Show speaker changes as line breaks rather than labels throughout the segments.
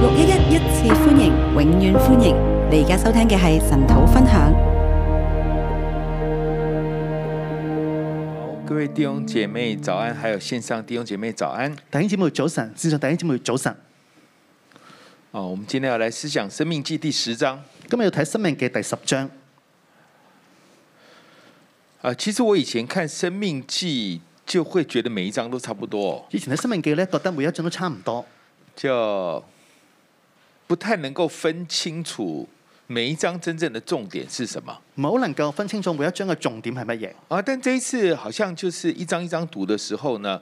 六一一一次歡迎，永遠歡迎！你而家收聽嘅係神土分享。
好，各位弟兄姐妹早安，还有线上弟兄姐妹早安。
弟兄姊妹早晨，線上弟兄姊妹早晨。
哦，我们今天要来思想《生命记》第十章。
今日要睇《生命記》第十章。
啊，其实我以前看《生命记》就会觉得每一章都差不多、哦，
以前睇《生命記》咧，覺得每一章都差唔多，
就不太能够分清楚每一章真正的重点是什么
唔係好能夠分清楚每一章嘅重點係乜嘢。
啊。但这一次好像就是一章一章读的时候呢，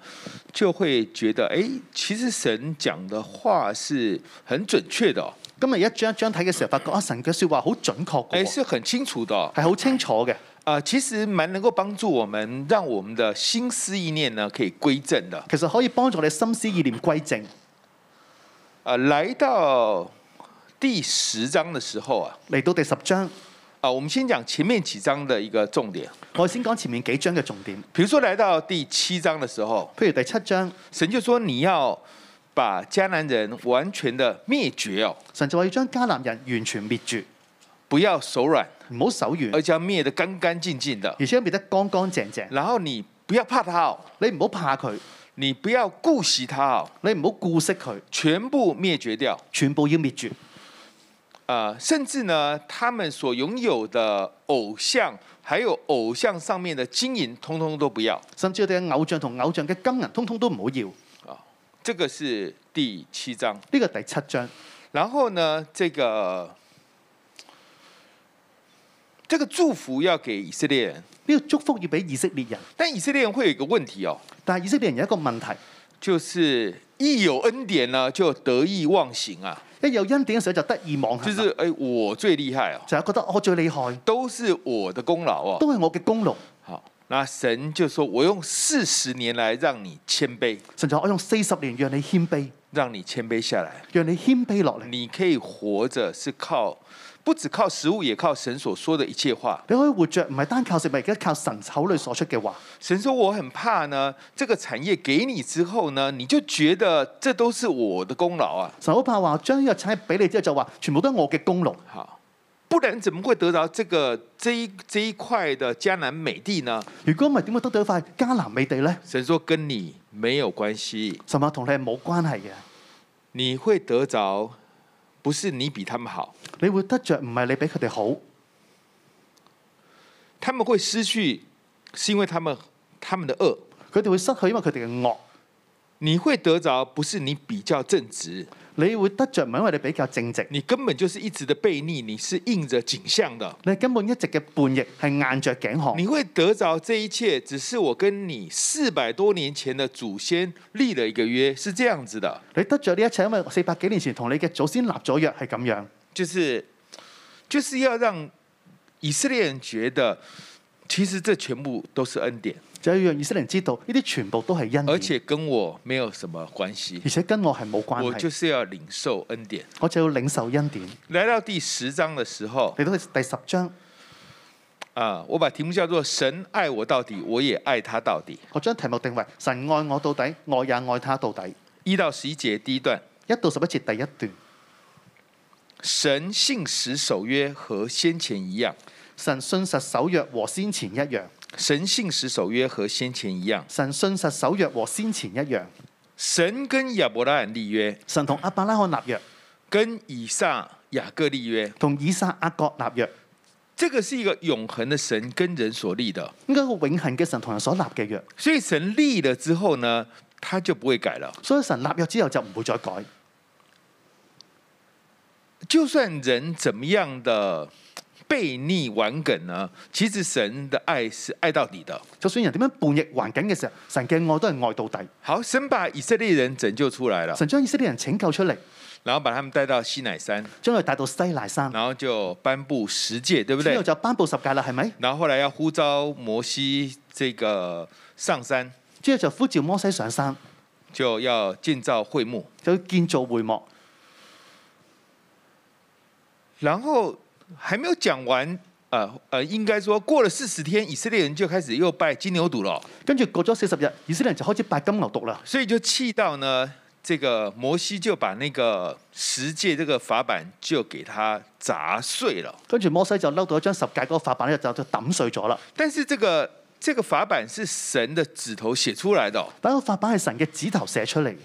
就会觉得，哎，其实神讲的话是很准确的、哦，
今日一章一章睇嘅時候，發覺啊，神嘅説話好準確
哎，
嘅
是
喎，
很清楚的哦、
係好清楚嘅。
啊、其实蛮能够帮助我们，让我们的心思意念呢可以归正的。
其實可以幫助你心思意念歸正。
啊，来到第十章的时候啊，
嚟到第十章，
啊，我们先讲前面几章的一个重点，
我先講前面幾章嘅重點，
比如说来到第七章的时候，
譬如第七章，
神就说你要把迦南人完全的灭绝哦，
神就話要將迦南人完全滅絕，
不要手软，
唔好手軟，
而且要灭得干干净净的。
而且滅得乾乾淨淨。
然后你不要怕他哦，
你唔好怕佢，
你不要顾惜他哦，
你唔好顧惜佢，
全部灭绝掉。
全部要滅絕。
呃，甚至呢，他们所拥有的偶像，还有偶像上面的金银，通通都不要。
甚至我哋嘅偶像同偶像嘅金銀，通通都唔好要。
这个是第七章。
呢個第七章，
然后呢，这个这个祝福要给以色列人，
呢個祝福要俾以色列人，
但以色列人会有一个问题哦，
但係以色列人有一個問題，
就是一有恩典呢，就得意忘形啊，
一有恩典嘅時候就得意忘
就
形啦，
是哎，我最厉害哦，
就係覺得我最厲害，
都是我的功劳哦。
都係我嘅功勞。
好，那神就说我用四十年来让你谦卑。
神就話我用四十年讓你謙卑，
让你谦卑下来，
讓你謙卑落嚟，
你可以活着是靠不只靠食物，也靠神所说的一切话。
你可以活着，唔係單靠食物，而家靠神口裏所出嘅話。
神说：“我很怕呢，这个产业给你之后呢，你就觉得这都是我的功劳啊。
神好怕話將呢個產業俾你之後就話全部都係我嘅功勞，
好，不然怎么会得到这个这一这一块的迦南美地呢？
如果唔係點會得到一塊迦南美地呢？
神说跟你没有关系，
神話同你係冇關係嘅，
你会得着，不是你比他们好，
你會得着唔係你比佢哋好，
他们会失去，是因为他们他们的恶。
佢哋會失去，因為佢哋嘅惡。
你会得着，不是你比较正直，
你會得着唔係因為你比較正直，
你根本就是一直的悖逆，你是硬着景象的。
你根本一直嘅叛逆係硬着頸項。
你会得着这一切，只是我跟你四百多年前的祖先立了一个约，是这样子的，
你得着呢一切，因為四百幾年前同你嘅祖先立咗約係咁樣，
就是就是要让以色列人觉得，其实这全部都是恩典，
就要讓以色列人知道呢啲全部都係恩典，
而且跟我没有什么关系
而，且跟我係冇關
我就
係，
是要领受恩典。
我就要領受恩典。
来到第十章的时候
嚟到第十章，
啊，我把题目叫做“神爱我到底，我也爱他到底
我將題目定為神愛我到底，我也愛他到底。”。
一到十一节第一段，
一到十一節第一段，
神信实守约和先前一样，
神信實守約和先前一樣，
神信实守约和先前一样。
神信實守約和先前一樣，
神跟亚伯拉罕立约，
神同阿伯拉罕立約，
跟以撒、雅各立约，
同以撒、阿各立約，
这个是一个永恒的神跟人所立的。
應該個永恆嘅神同人所立嘅約。
所以神立了之后呢，他就不会改了。
所以神立約之後就唔會再改。
就算人怎么样的悖逆顽梗呢，其实神的爱是爱到底的。
就算人點樣叛逆環境嘅時候，神嘅愛都係愛到底。
好，神把以色列人拯救出来了，
神將以色列人拯救出嚟，
然后把他们带到西乃山，
將佢帶到西乃山，
然后就颁布十诫，对不
之
对
後？就頒布十戒啦，係咪？
然后后来要呼召摩西这个上山，
之後就呼召摩西上山，
就要建造会幕。
就要建造會幕。
然后还没有讲完，呃呃，应该说过了四十天，以色列人就开始又拜金牛犊了，
跟住過咗四十日，以色列人就開始拜金牛犢啦。
所以就气到呢，这个摩西就把那个十诫这个法板就给它砸碎了。
跟住摩西就嬲到一張十戒嗰個法板咧，就就抌碎咗啦。
但是这个这个法板是神的指头写出来的哦、
但個法板係神嘅指頭寫出嚟嘅。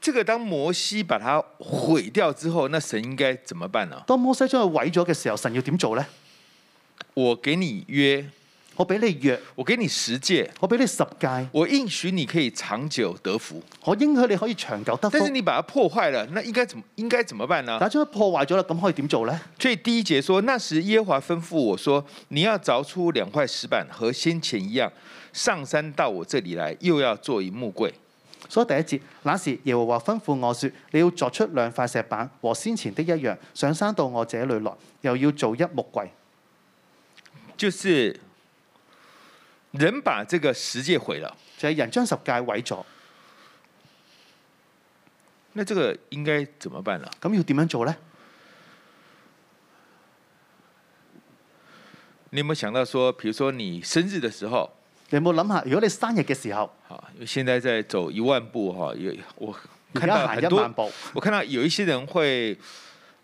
这个当摩西把它毁掉之后，那神应该怎么办呢？
當摩西將佢毀咗嘅時候，神要點做呢？
我给你约，
我俾你約，
我给你十诫，
我俾你十戒，
我应许你可以长久得福。
我應許你可以長久得福
但。是你把它破坏了，那应该怎么应该怎么办呢？
但係將佢破壞咗啦，咁可以點做呢？
所以第一节说，那时耶和华吩咐我说，你要凿出两块石板，和先前一样，上山到我这里来，又要做一木柜。
所以第一節，那時耶和華吩咐我說：你要作出兩塊石板，和先前的一樣，上山到我這裏來，又要做一木櫃。
就是人把这个十诫毁了，
就係、人將十戒毀咗，
那这个应该怎么办呢？
咁要點樣做呢？
你有没有想到说，比如说你生日的时候，
你有冇諗下，如果你生日嘅時候，
好，因为现在在走一万步哈，有我
而
看
家
到
行
很
一萬
多，
步，
我看到有一些人会，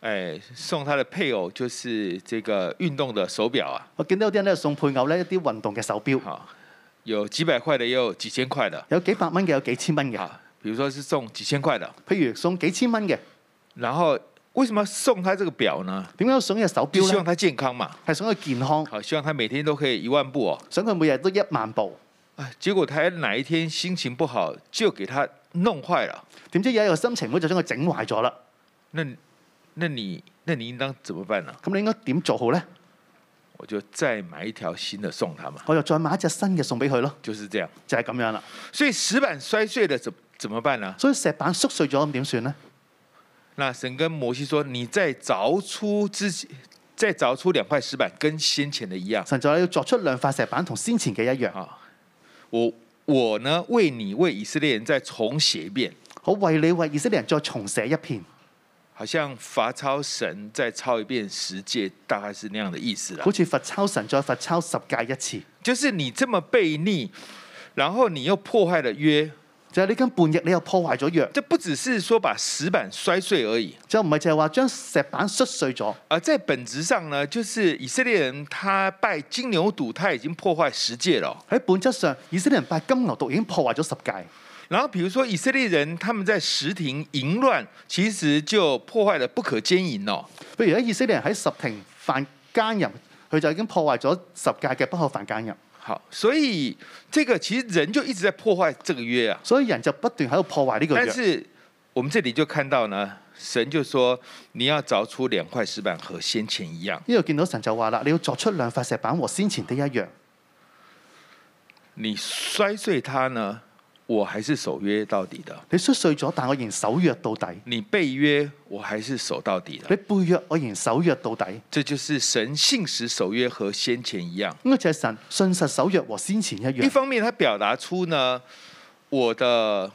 哎，送他的配偶就是这个運動的手表啊，
我見到有啲人咧送配偶咧一啲運動嘅手錶，
好，有幾百塊的，也有幾千塊的，
有幾百蚊嘅，有幾千蚊嘅。
好，比如说是送幾千塊的，
譬如送幾千蚊嘅，
然後為什麼要送他這個表呢？
點解要送嘅手
就
錶
希望
咧？
他健康嘛，
係想佢健康，
好，希望他每天都可以一萬步哦。
想佢每日都一萬步。
哎，結果他哪一天心情不好，就給他弄壞了，
點知有一個心情會就將佢整壞咗啦。
那那你那你應當怎麼辦呢？
咁你應該點做好呢？
我就再買一條新的送他嘛，
我就再買一隻新嘅送俾佢咯，
就是這樣。
就係、咁樣啦。
所以石板摔碎了怎怎麼辦呢？
所以石板縮碎咗咁點算呢？
那神跟摩西說：“你再凿出之前，再凿出兩塊石板，跟先前的一樣
神就話要作出兩塊石板同先前嘅一樣。
啊。我我呢，為你為以色列人再重寫一遍，
我為你為以色列人再重寫一遍，
好像罰抄神再抄一遍十诫，大概是那樣的意思啦
好。似罰抄神再罰抄十戒一次。
就是你這麼悖逆，然後你又破壞了約，
就係你跟叛逆，你又破壞咗約，
這不只是說把石板摔碎而已。”
就唔係就係話將石板摔碎咗。
而在本质上呢，就是以色列人他拜金牛犊，他已經破壞十戒了哦。
喺本質上，以色列人拜金牛犢已經破壞咗十戒。
然后比如說以色列人他們在石亭淫亂，其實就破壞了不可奸淫哦。
譬如喺以色列人喺十庭犯奸淫，佢就已經破壞咗十戒嘅不可犯奸淫，
好，所以这個其實人就一直在破壞這個約啊。
所以人就不斷喺度破壞呢個
但
約。
是我們這裡就看到呢，神就說你要凿出兩塊石板和先前一樣，
呢度見到神就話啦，你要作出兩塊石板和先前的一樣，
你摔碎它呢，我還是守約到底的；
你摔碎咗，但我仍守約到底；
你背約，我還是守到底的。
你背約，我仍守約到底。
这就是神信實守約和先前一樣。
呢個就係神信實守約和先前一
一
樣。
方面，他表達出呢，我的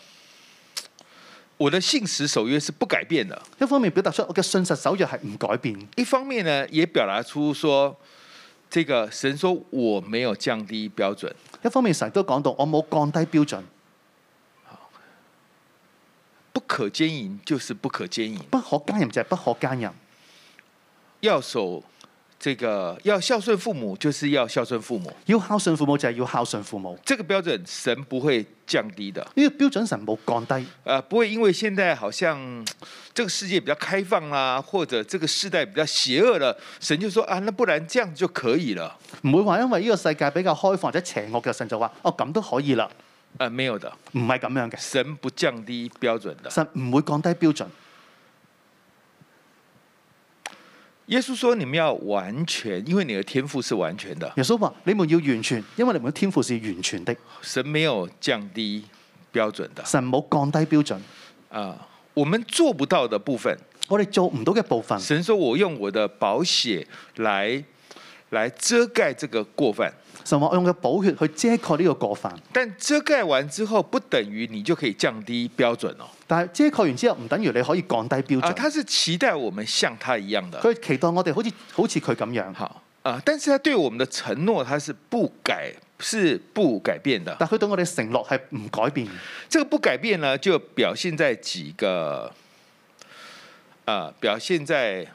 我的信实守约是不改变的；
一方面表達出我嘅信實守約係唔改變，
一方面呢，也表達出说，这个神说我没有降低标准。
一方面神都講到我冇降低標準，
不可奸淫就是不可奸淫，
不可奸淫就係不可奸淫，
要守这个要孝顺父母就是要孝顺父母，
要孝順父母就係要孝順父母。
这个标准神不会降低的。
呢、個標準神冇降低。
呃，不会因为现在好像这个世界比较开放啦、或者这个世代比较邪恶了，神就说啊，那不然这样就可以了。
唔會話因為呢個世界比較開放或者邪惡嘅神就話哦咁都可以啦，
呃，没有的，
唔係咁樣嘅，
神不降低标准的。
神唔會降低標準。
耶稣说：“你们要完全，因为你的天赋是完全的。
耶穌話：你們要完全，因為你們嘅天賦是完全的，
神没有降低标准的
神冇降低標準。
啊、我们做不到的部分，
我哋做唔到嘅部分，
神说我用我的宝血来来遮盖这个过犯，
神話我用嘅寶血去遮蓋呢個過犯，
但遮盖完之后，不等於你就可以降低标准哦。
但係遮蓋完之後唔等於你可以降低標
啊，
準。
他是期待我们像他啊一样的。
佢期待我哋好似好似佢咁樣，
好啊，但是他对我们的承诺，他是不改是不改變的。
但佢對我哋承諾係唔改變嘅。
這個不改變呢，就表現在幾個，啊、表現在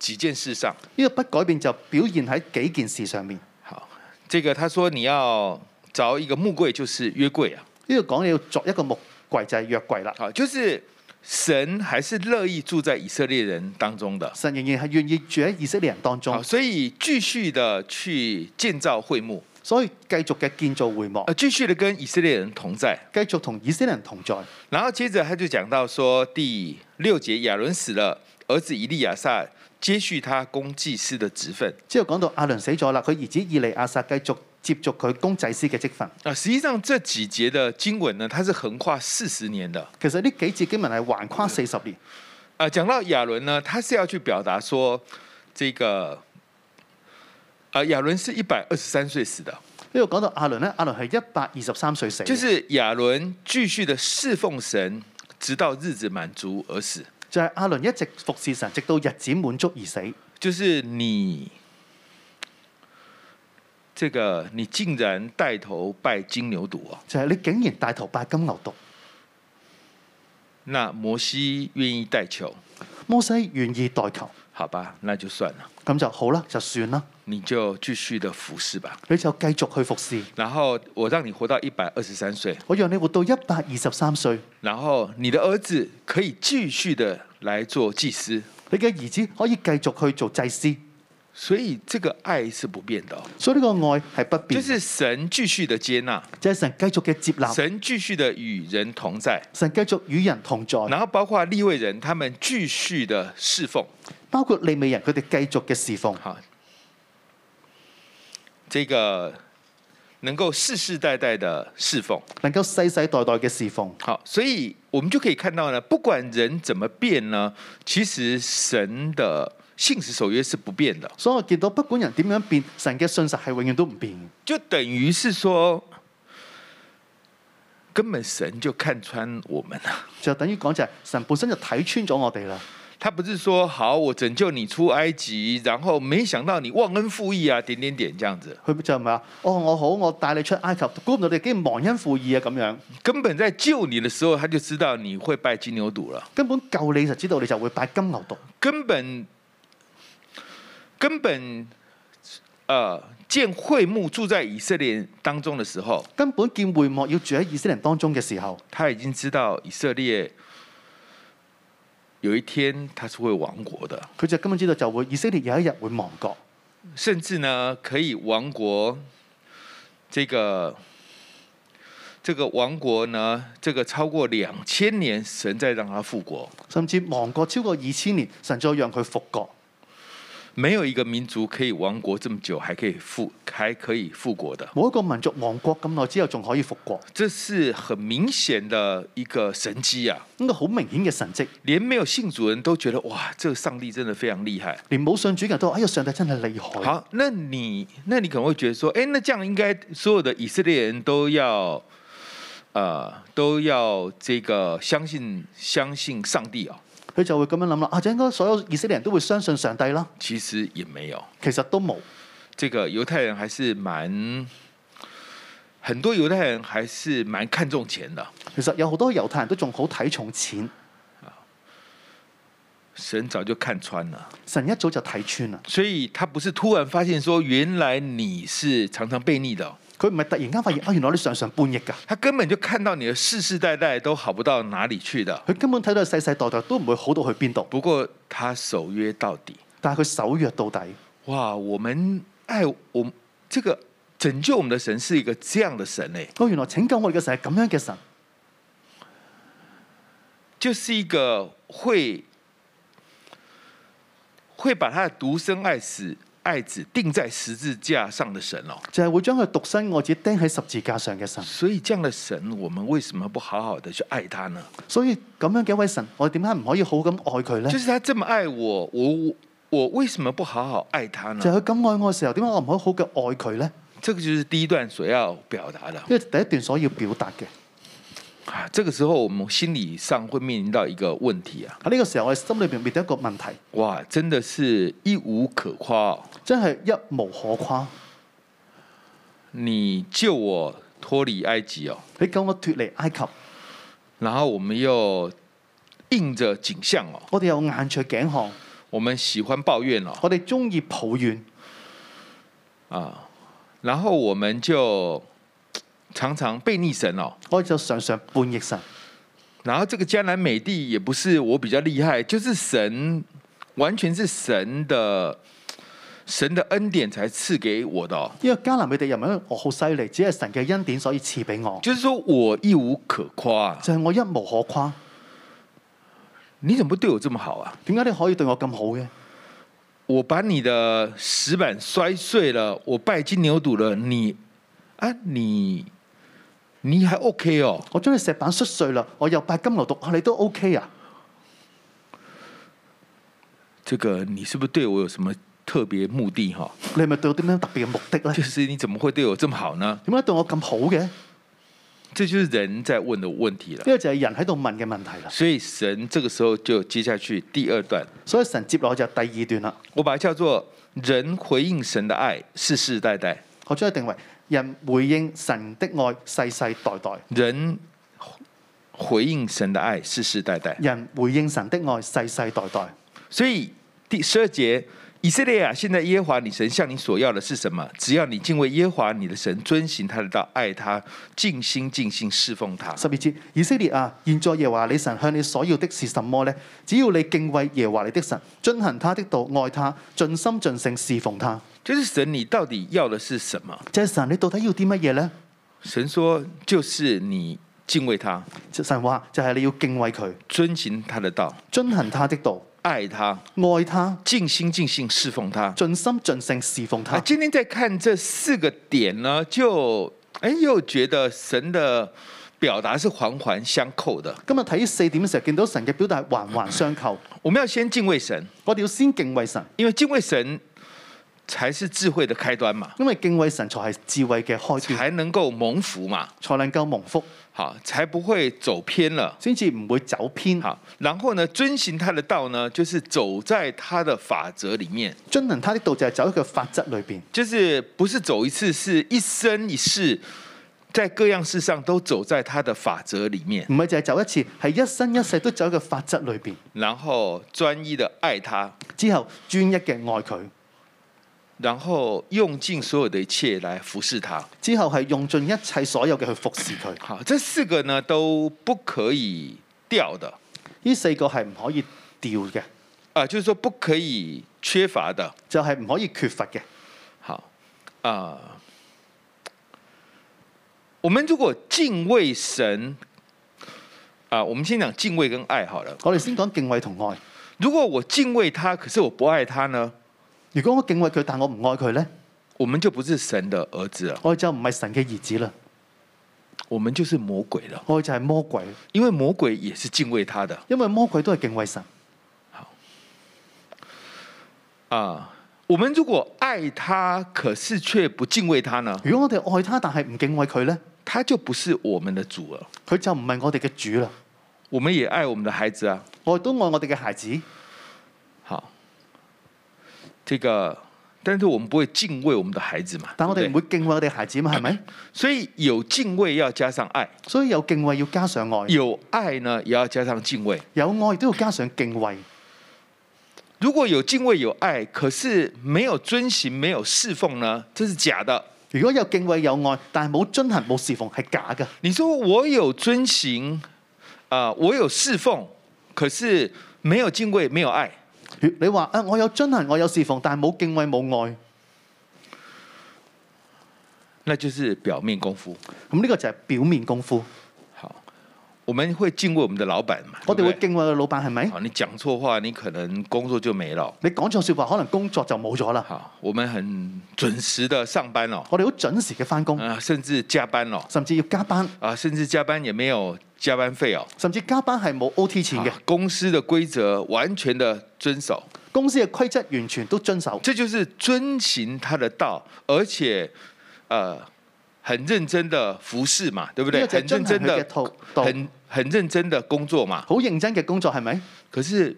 幾件事上。
呢、個不改變就表現喺幾件事上面。
好，這個他說你要凿一個木櫃，就是約櫃啊。
呢度講你要作一個木櫃就係約櫃啦。
好，就是神還是樂意住在以色列人當中的。
神仍然係願意住喺以色列人當中
好，，所以繼續的去建造會幕，
所以繼續嘅建造會幕，
呃，繼續的跟以色列人同在。
繼續同以色列人同在。
然後接着他就講到說，第六節亞倫死了，兒子以利亞撒接續他供祭司的職分。
之後講到亞倫死咗啦，佢兒子以利亞撒繼續接續佢公祭司嘅職分。
啊，實際上這幾節的經文呢，它是橫跨四十年的。
其實呢幾節經文係橫跨四十年。
啊，講到亞倫呢，他是要去表達說，這個啊亞倫是一百二十三歲死的，
呢度講到亞倫呢，亞倫係一百二十三歲死嘅，
就是亞倫繼續的侍奉神，直到日子滿足而死。
就係亞倫一直服侍神，直到日子滿足而死。
就是你这个，你竟然带頭拜金牛犢啊！
就係你竟然帶頭拜金牛犢，
那摩西願意帶球，
摩西願意代求，
好吧，那就算了，
咁就好啦，就算啦，
你就繼續的服侍吧。
你就繼續去服侍。
然後我讓你活到一百二十三歲，
我讓你活到一百二十三歲，
然後你的兒子可以繼續的來做祭司，
你嘅兒子可以繼續去做祭司，
所以這個愛是不變的哦、
所以呢個愛係不
就
變，
是神繼續的接納，
就係神繼續嘅接納，
神繼續的與人同在，
神繼續與人同在，
然後包括利未人他們繼續的侍奉。
包括利未人佢哋繼續嘅侍奉，
好，這個能夠世世代代的侍奉。
能夠世世代代嘅侍奉。
好，所以我們就可以看到呢，不管人怎麼變呢，其實神的信實守約是不變的，
所以我見到不管人點樣變，神嘅信實係永遠都唔變嘅。
就等於是說，根本神就看穿我啊們了。
就等於講就係神本身就睇穿咗我哋啦。
他不是說好，我拯救你出埃及，然後沒想到你忘恩負義啊，點點點這樣子，
佢就唔係話：哦，我好，我帶你出埃及，估唔到你竟然忘恩負義啊咁樣。
根本在救你的時候，他就知道你會拜金牛犢了。
根本救你就知道你就會拜金牛犢，
根本根本呃建会幕住在以色列当中的时候，
根本見會幕要住喺以色列人當中嘅時候，
他已经知道以色列有一天他是会亡国的，
佢就根本知道就會以色列有一日會亡國，
甚至呢可以亡国这个。这个亡国呢，这个超过两千年，神再让他复国，
甚至亡國超過二千年，神再讓佢復國。
没有一个民族可以亡国这么久，还可以复，还可以复国的。
冇一個民族亡國咁耐之後仲可以復國，
这是很明顯的一個神迹啊！
呢個好明顯嘅神跡。
連沒有信主人都覺得哇，這個上帝真的非常厲害。
連冇信主嘅人都話：哎呀，上帝真係厲害。
好，那你那你可能會覺得說，哎、那這樣應該所有的以色列人都要，呃，都要這個相信相信上帝啊、
佢就會咁樣諗啦，啊，就應該所有以色列人都會相信上帝啦。
其實也沒有，
其實都冇，
這個猶太人還是蠻，很多猶太人還是蠻看重錢的。
其實有好多猶太人都仲好睇重錢，
神早就看穿了，
神一早就睇穿啦。
所以他不是突然發現說，原來你是常常悖逆的哦、
佢唔係突然間發現啊，原來你常常叛逆㗎。
他根本就看到你的世世代代都好不到哪裡去的。
佢根本睇到世世代代都唔會好到去邊度，
不過他守約到底，
但係佢守約到底。
哇！我們愛我們這個拯救我們的神是一個這樣的神欸嘞，
哦，原來拯救我哋嘅神係咁樣嘅神，
就是一個會會把他的獨生愛子愛子釘在十字架上的神哦。
就係、會將佢獨生愛子釘喺十字架上嘅神。
所以這樣的神，我們為什麼不好好的去愛他呢？
所以咁樣嘅一位神，我哋點解唔可以好咁愛佢呢
就？是他這麼愛我，我我為什麼不好好愛他
就
呢？
係佢咁愛我嘅時候，點解我唔可以好嘅愛佢呢？
這個就是第一段所要表達的。
因為第一段所要表達嘅。
啊，這個時候我們心理上會面臨到一個問題啊，
喺呢個時候，我哋心裏邊面對一個問題，
哇，真的是一無可誇、哦，
真係一無可誇。
你救我脱离埃及哦，
你救我脱離埃及，
然后我们又硬着景象哦，
我哋又硬着頸項，
我们喜欢抱怨哦
我哋中意抱怨，
啊，然后我们就常常被逆神哦。
我哋就常常叛逆神。
然后这个迦南美地也不是我比较厉害，就是神完全是神的神的恩典才赐给我的、哦，
因為迦南美地又唔係因為我好犀利，只係神嘅恩典所以賜俾我，
就是说我一无可夸、啊。
就係、我一無可誇。
你怎么对我这么好啊？
點解你可以對我咁好嘅？
我把你的石板摔碎了，我拜金牛犊了，你啊你你还 OK 哦？
我將你石板摔碎啦，我又拜金牛犢，啊你都 OK 啊？
这个你是不是对我有什么特别目的哈、
你係咪對我啲咩特別嘅目的呢？
就
點
是你怎么会对我这么好呢？
解對我咁好嘅？呢
这就是人在問的问題了。
個就係人喺度問嘅問題啦。
所以神这个时候就接下去第二段，
所以神接落就係第二段啦。
我把它叫做人回應神的爱，世世代代。
我將佢定為人回應神的愛，世世代代。
人回應神的愛，世世代代。
人回應神的愛，世世代代。
所以第十二节，以色列啊，现在耶和华你神向你所要的是什么？只要你敬畏耶和华你的神，遵行他的道，爱他，尽心尽性侍奉他。
十二節，以色列啊，現在耶和華你神向你所要的是什麼呢？只要你敬畏耶和華你的神，遵行他的道，愛他，盡心盡性侍奉他。
就是神，你到底要的是什么？
即係神，你到底要啲乜嘢呢？
神说，就是你敬畏他，
神話就係你要敬畏佢，
遵行他的道，
遵行他的道，
爱他，
愛他，
尽心尽性侍奉他。
盡心盡性侍奉
啊
他，。
今天在看这四个点呢，就哎又觉得神的表达是环环相扣的。
今日睇四點嘅時候，見到神嘅表達係環環相扣。
我们要先敬畏神，
我哋要先敬畏神，
因为敬畏神才是智慧的开端嘛，
因為敬畏神才係智慧嘅開端，
才能够蒙福嘛，
才能夠蒙福，
好，才不会走偏了。
先至唔會走偏。
好，然后呢，遵行他的道呢，就是走在他的法则里面，
遵行他的道就係走喺佢法則裏邊，
就是不是走一次，是一生一世，在各样事上都走在他的法则里面，
唔係就係走一次，係一生一世都走喺佢法則裏邊。
然後專一的爱他，
之後專一嘅愛佢，
然後用盡所有的一切來服侍他。
之後係用盡一切所有嘅去服侍佢。
好，这四個呢都不可以掉的，
呢四個係唔可以掉嘅，
啊、就是說不可以缺乏的。
就係、唔可以缺乏嘅。
好，啊、我們如果敬畏神，啊、我們先講敬畏跟愛好了。
我哋先講敬畏同愛。
如果我敬畏他，可是我不愛他呢，
如果我敬畏佢，但我唔愛佢呢，
我們就不是神的兒子了，
我哋就唔係神嘅兒子啦，
我們就是魔鬼了，
我哋就係魔鬼。
因為魔鬼也是敬畏他的。
因為魔鬼都係敬畏神。
啊、我们如果爱他，可是却不敬畏他呢，
如果我哋愛他，但係唔敬畏佢呢，
他就不是我们的主了。
佢就唔係我哋嘅主啦。
我们也爱我们的孩子啊，
我哋都愛我哋嘅孩子，
好，这个，但是我们不会敬畏我们的孩子嘛，
但我哋
对
唔
不
會敬畏我哋孩子嘛，係咪？
对所以有敬畏要加上爱，
所以有敬畏要加上愛，
有爱呢也要加上敬畏。
有愛都要加上敬畏。
如果有敬畏有爱，可是没有遵行、没有侍奉呢，这是假的。
如果有敬畏有愛，但係冇遵行冇侍奉係假嘅。
你说我有遵行，啊、我有侍奉，可是没有敬畏、没有爱，
如你話啊，我有遵行我有侍奉，但係冇敬畏冇愛，
那就是表面功夫。
咁呢個就係表面功夫。
好，我们会敬畏我们的老板嘛？
我哋
对
會
不对
敬畏嘅老闆係咪？
好，你讲错话，你可能工作就没了。
你講錯説話，可能工作就冇咗啦。
好，我们很准时的上班哦，
我哋好準時嘅翻工，
啊、甚至加班哦，
甚至要加班，
啊、甚至加班也没有加班费哦。
甚至加班係冇 OT 錢嘅
啊。公司的规则完全的遵守，
公司嘅規則完全都遵守，
这就是遵行他的道，而且呃很认真的服侍嘛，对不对？
呢個
很
就係
认真
遵行佢嘅
的
套，道
很很认真的工作嘛。
好認真嘅工作係咪？
可是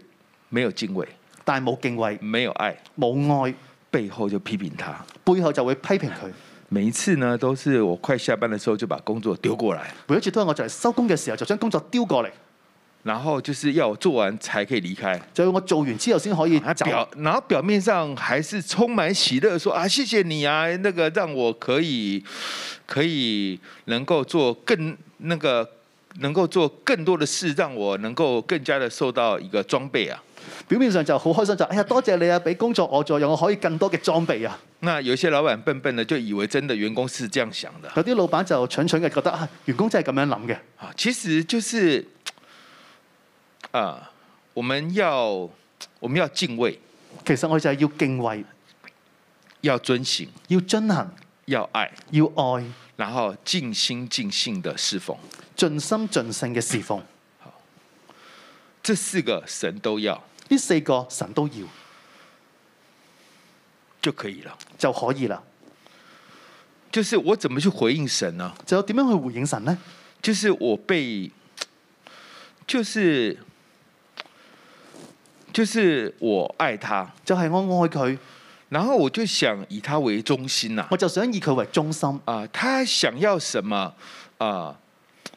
没有敬畏，
但係冇敬畏，
没有爱，
冇愛，
背后就批评他。
背後就會批評佢。
每一次呢，都是我快下班的时候就把工作丢過來，
每一次都係我就嚟收工嘅時候，就將工作丟過嚟，
然後就是要我做完才可以離開。
就要我做完之後先可以
他
走。
表，然後表面上還是充滿喜樂，說啊，謝謝你啊，那個讓我可以可以能夠做更那個能夠做更多的事，讓我能夠更加的受到一個裝備啊。
表面上就好開心，就哎呀多謝你啊，俾工作我做，讓我可以更多嘅裝備啊。
那有一些老闆笨笨的就以為真的員工是這樣想的
有啲老闆就蠢蠢嘅覺得啊，員工真係咁樣諗嘅。
啊，其實就是啊，我們要我們要敬畏，
其實我就係要敬畏，
要遵行，
要遵行，
要愛，
要愛，
然後盡心盡性的侍奉，
盡心盡性嘅侍奉。
這四個神都要。
呢四個神都要
就可以了。
就可以啦。
就是我怎麼去回應神呢？
就點樣去回應神呢？
就是我被，就是就是我愛他，
就係、我愛佢，
然後我就想以他為中心啦、
我就想以佢為中心。
啊。他想要什麼啊、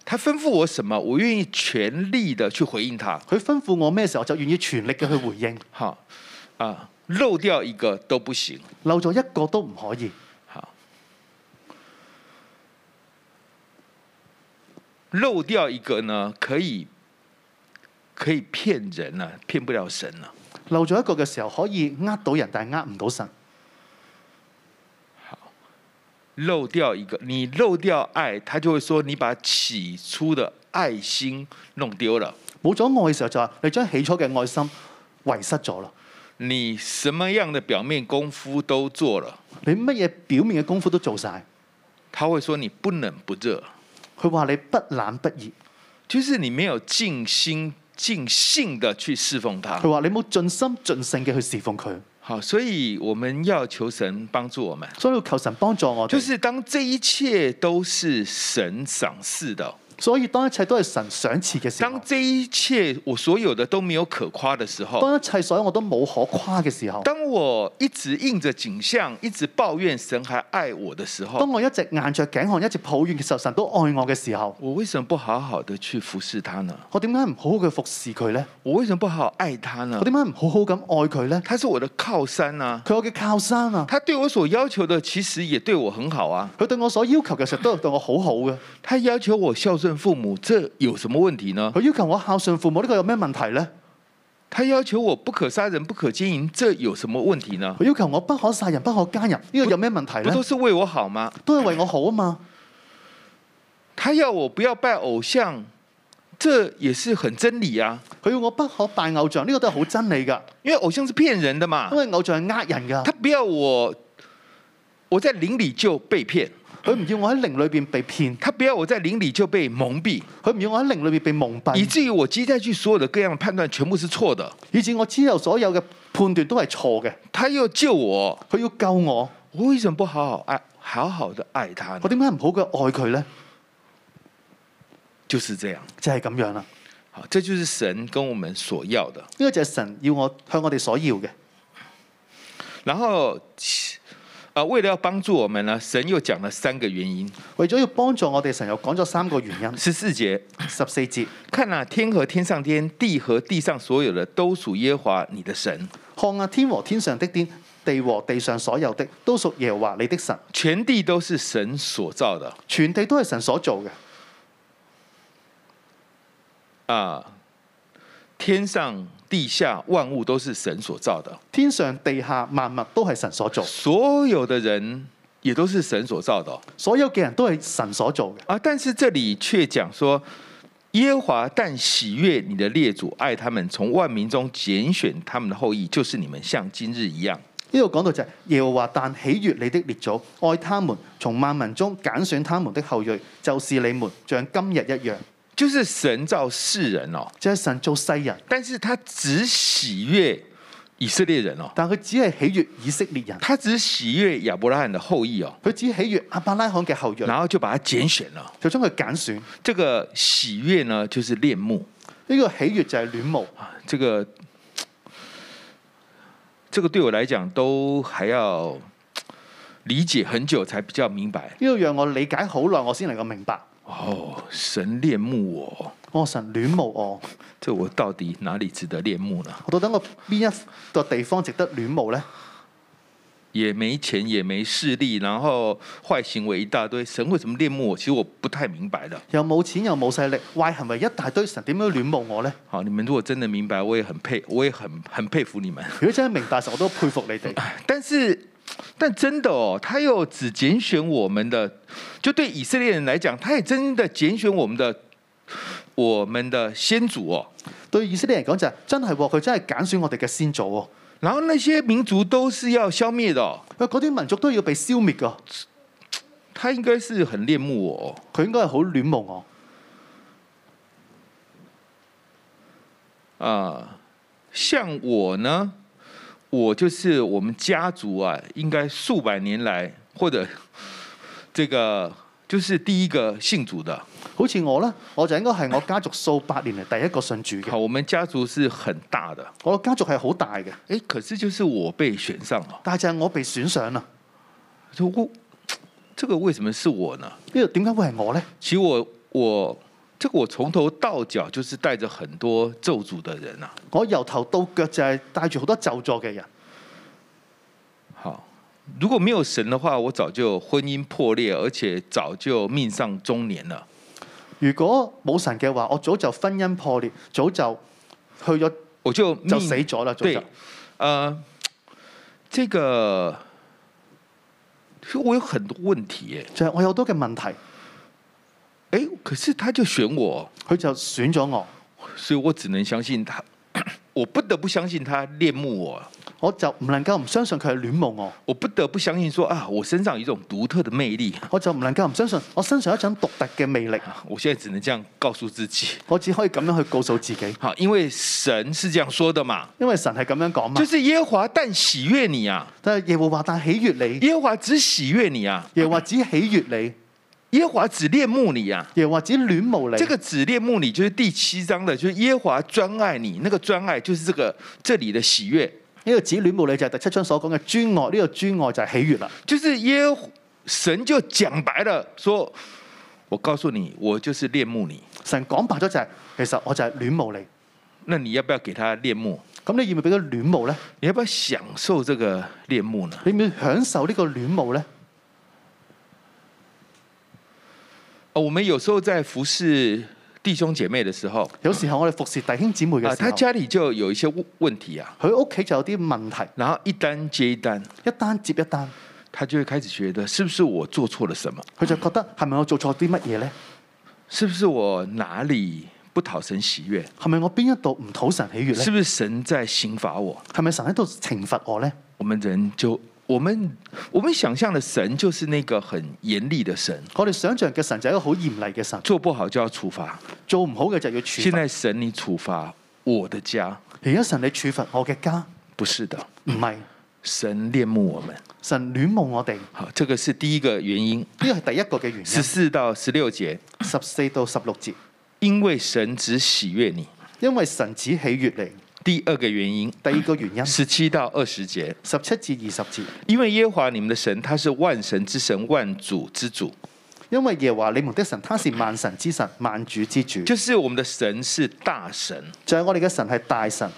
他吩咐我什麼，我願意全力的去回應他。
佢吩咐我咩時候，我就願意全力嘅去回應。
好啊，漏掉一個都不行。
漏咗一個都唔可以，
好，漏掉一個呢，可以可以騙人啊，騙不了神啊。
漏咗一個嘅時候可以呃到人，但係呃唔到神。
漏掉一個，你漏掉愛，他就會說你把起初的愛心弄丟了。
冇咗愛嘅時候就話你將起初嘅愛心遺失咗啦。
你什麼樣的表面功夫都做了，
你乜嘢表面嘅功夫都做晒，
他會說你不冷不熱，
佢話你不冷不熱，
就是你沒有盡心盡性的去侍奉他
佢。話你冇盡心盡性嘅去侍奉佢，
好，所以我們要求神幫助我們。
所以要求神幫助我哋。
就是当这一切都是神赏赐的，
所以當一切都係神賞賜嘅時候
当，这一切我所有的都没有可夸的時候，
當一切所有我都冇可誇嘅時候，
当我一直硬着景象，一直抱怨神还爱我的時候
當，我一直硬着頸項，一直抱怨嘅時候，神都愛我嘅時候，
我為什麼不好好的去服侍他呢？
我點解唔好好嘅服侍佢呢？
我為什麼不好好愛他呢
我？點解唔好好咁愛佢呢？
他是我的靠山啊，
佢我嘅靠山啊！
他對我所要求的其實也對我很好啊。
佢對我所要求嘅時候都 對我好好嘅。
他要求我孝順父母，這有什麼問題呢？
佢要求我孝順父母，呢、個有咩問題呢？
他要求我不可殺人、不可奸淫，這有什麼問題呢？
佢要求我不可殺人、不可奸淫，呢、個有咩問題
不都
呢？
是為我好嗎？
都係為我好啊嘛！
他要我不要拜偶像，这也是很真理啊，
佢要我不可拜偶像，呢、個都係好真理㗎，
因為偶像是騙人的嘛
因。為偶像係呃人
他
㗎。
不要我，我在靈裡就被騙，
佢唔要我喺靈裏邊被騙，
他不要我在靈裡就被蒙蔽，
佢唔要我喺靈裏邊被蒙
以
蔽，
至於我接下去所有的各樣的判斷全部是錯的。
以至我之後所有嘅判斷都係錯嘅。
他要救我，
佢要救我，
我為什麼不好好愛，好好的愛他呢？
我點解唔好嘅愛佢呢？
就是這樣，
就係咁樣啦。
好，這就是神跟我們所要的。
呢個就係神要我向我哋所要嘅。
然後，啊，為了要幫助我們呢，神又講了三個原因。
為咗要幫助我哋，神又講咗三個原 因。
十四節，
十四節，
看啊，天和天上天，地和地上所有的，都屬耶和華你的神。
看啊，天和天上的天，地和地上所有的，都屬耶和華你的神。
全地都是神所造的
全地都係神所做嘅。
啊，天上地下萬物都是神所造的，
天上地下萬物都係神所做，
所有的人也都是神所造的哦
所有嘅人都係神所做嘅。
啊。但是这里却講說，耶和華但喜悅你的列祖，愛他們，從萬民中揀選他們的後裔，就是你們像今日一樣。
呢度講到就係耶和華但喜悅你的列祖，愛他們，從萬民中揀選他們的後裔，就是你們像今日一樣。
就是神造世人哦，
即係神做世人，
但是他只喜悅以色列人哦。
但佢只係喜悅以色列人。
他只喜悦亚伯拉罕的后裔哦，
佢只喜悅阿伯拉罕嘅後裔，
然後就把他揀選了。
就將佢揀選。
這個喜悦呢，就是戀慕
呢、個喜悅就係戀慕。
啊。這個，這個對我來講都還要理解很久才比较明白。
呢個讓我理解好耐，我先能夠明白。
哦，神恋慕我，
我神戀慕我，
这我到底哪里值得恋慕呢？
我到底我邊一個地方值得戀慕呢？
也没钱，也没势力，然后坏行为一大堆，神为什么恋慕我？其实我不太明白的。
又冇錢又冇勢力，壞行為一大堆，神點樣戀慕我呢？
好，你们如果真的明白，我也很佩，我也很很佩服你们。
如果真係明白嘅時候，我都佩服你哋。
但是，但真的哦，他又只拣选我们的，就对以色列人来讲，他也真的拣选我们的，我们的先祖哦。
對以色列人講就係、真係喎，佢真係揀選我哋嘅先祖喎。
然后那些民族都是要消灭的哦、
喂，嗰啲民族都要被消滅㗎，
他应该是很恋慕我哦、
佢應該係好戀慕我。
啊、像我呢，我就是我们家族啊，应该数百年来或者 这个就是第一个信主的。
好似我呢，我就應該係我家族數百年嚟第一個信主嘅。
好，我们家族是很大的，
我家族係好大嘅，
哎，可是就是我被选上哦了，
但係就係我被選上啦。
就我这个为什么是我呢？
呢度點解會係我呢？
其实我我这个我从头到脚就是带着很多咒诅的人啊。
我由頭到腳就係帶住好多咒詛嘅人。
好，如果没有神的话，我早就婚姻破裂，而且早就命丧中年了。
如果冇神嘅話，我早就婚姻破裂，早就去咗
我就命
就死咗啦，早就
对。，呃，这个我有很多问题耶，
就係我有好多嘅問題，
哎，可是他就选我，
佢就選咗我，
所以我只能相信他， 我不得不相信他恋慕我，
我就唔能夠唔相信佢係戀慕我，
我不得不相信说啊，我身上有一种独特的魅力，
我就唔能夠唔相信我身上有一種獨特嘅魅力，
啊我现在只能这样告诉自己，
我只可以咁樣去告訴自己，
好，因为神是这样说的嘛，
因為神係咁樣講嘛
就。是耶和华但喜悦你啊，
但係耶和華但喜悦你，
耶和华只喜悦你啊，
耶和華只喜悦你，
耶和华只恋慕你啊。
耶和華只戀慕你。
这个指恋慕你就是第七章的，就是耶和华专爱你，那个专爱就是这个这里的喜悦，
呢個指戀慕你就係第七章所講嘅專愛，呢、個專愛就係喜悦啦。
就是耶神就讲白了说，我告诉你，我就是恋慕你，
神講白咗就係、其實我就係戀慕你。
那你要不要给他恋慕？
咁你要唔要俾佢戀慕呢？
你要不要享受这个恋慕呢？
你要唔要享受呢個戀慕呢？
哦，我们有时候在服侍弟兄姐妹的时候，
有時候我哋服侍弟兄姊妹
啊，
嘅時
他
候，
家里就有一些问问题啊，
佢屋企就有啲問題，
然后一单接一单，
一單接一單，
他就会开始觉得是不是我做错了什么？
佢就覺得係咪我做錯啲乜嘢呢？
是不是我哪里不讨神喜悦？
係咪我邊一度唔討神喜悦
是不
呢？
是神在刑罚我？
係咪神喺度懲罰我呢？
我们人就我们我们想象的神就是那个很嚴厲的神，
我哋想象嘅神就係一個好嚴厲嘅神，
做不好就要處罰。
做唔好嘅就要處
現
罰。
在神你處罰我的家，
而家神你處罰我嘅家，
不是的，
唔係
神戀慕我们。
神戀慕我哋，呢
好，这个是第一个原因，
個係第一個嘅原因。
十四到十六节，
十四到十六節，
因為神只喜悦你。
因為神只喜悦你。
第二个原因，
第二個原因，
十七到二十节，
十七至二十節。
因為耶和华你们的神，他是万神之神，万主之主，
因為耶和華你們的神，他是萬神之神、萬主之主，
就是我们的神是大神，
就係我哋嘅神係大神，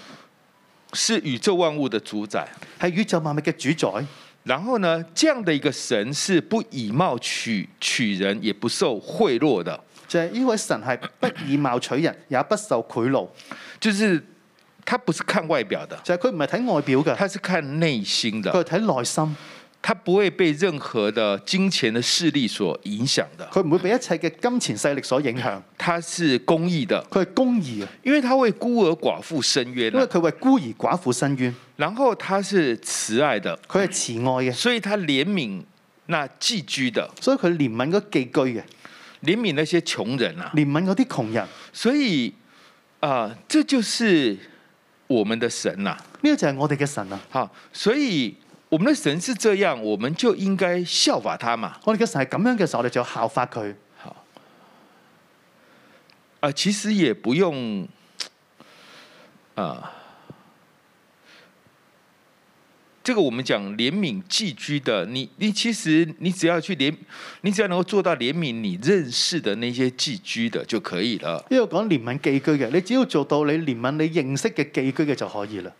是宇宙萬物的主宰。
係宇宙萬物嘅主宰。
然后呢，这样的一个神是不以貌取取人，也不受贿赂的，
就係呢位神係不以貌取人，也不受賄賂。
就是他不是看外表的，
就係佢唔係睇外表嘅，
他是看内心
佢
的，
係睇內心，
他不会被任何的金钱的势力所影响的，
佢唔會俾一切嘅金錢勢力所影響。
他是公义的，
佢係公義嘅，
因为他为孤儿寡妇伸冤
因為
啊，
佢為孤兒寡婦伸冤，
然后他是慈爱的，
佢係慈愛嘅，
所以他怜悯那寄居的，
所以佢憐憫嗰寄居嘅，
怜悯那些穷人啊，
憐憫嗰啲窮人。
所以啊、这就是我们的神呐、
呢、個就係我哋嘅神啊！
好，所以我们的神是这样，我们就应该效法他嘛。
我哋嘅神係咁樣嘅時候，我哋就要效法佢。
啊、其实也不用呃啊、这个我们讲怜悯寄居的，你你其实你只要去怜，你只要能够做到怜悯你认识的那些寄居的就可以了。
呢度講憐憫寄居嘅，你只要做到你憐憫你認識嘅寄居嘅就可以啦。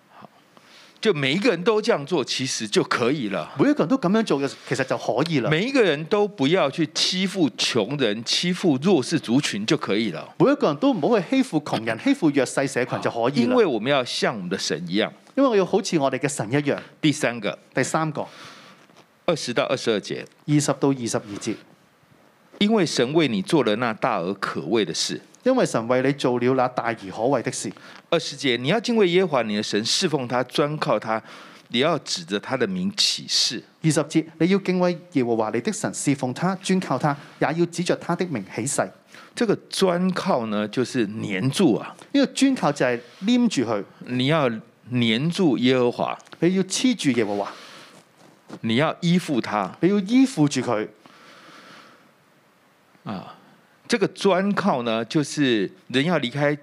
就每一个人都这样做，其实就可以了。
每一個人都咁樣做嘅，其實就可以啦。
每一个人都不要去欺负穷人、欺负弱势族群就可以了，
每一個人都唔好去欺負窮人、欺負弱勢社群啊就可以
啊因
啦
为。我们要像我们的神一样。
因為我要好似我哋嘅神一樣。
第三个，
第三個，
二十到二十二节，
二十到二十二節，
因为神为你做了那大而可畏的事。
因為神為你做了那大而可畏的事。
二十节，你要敬畏耶和华你的神，侍奉他，专靠他，也要指着他的名起誓。
二十節，你要敬畏耶和華你的神，侍奉他，專靠他，也要指着他的名起誓。呢、
这个专靠呢，就是黏住啊，
個專靠就係黏住佢，
你要黏住耶和華，
你要黐住耶和華，
你要依附他
你要依附住佢。
啊。这个专靠呢，就是人要离开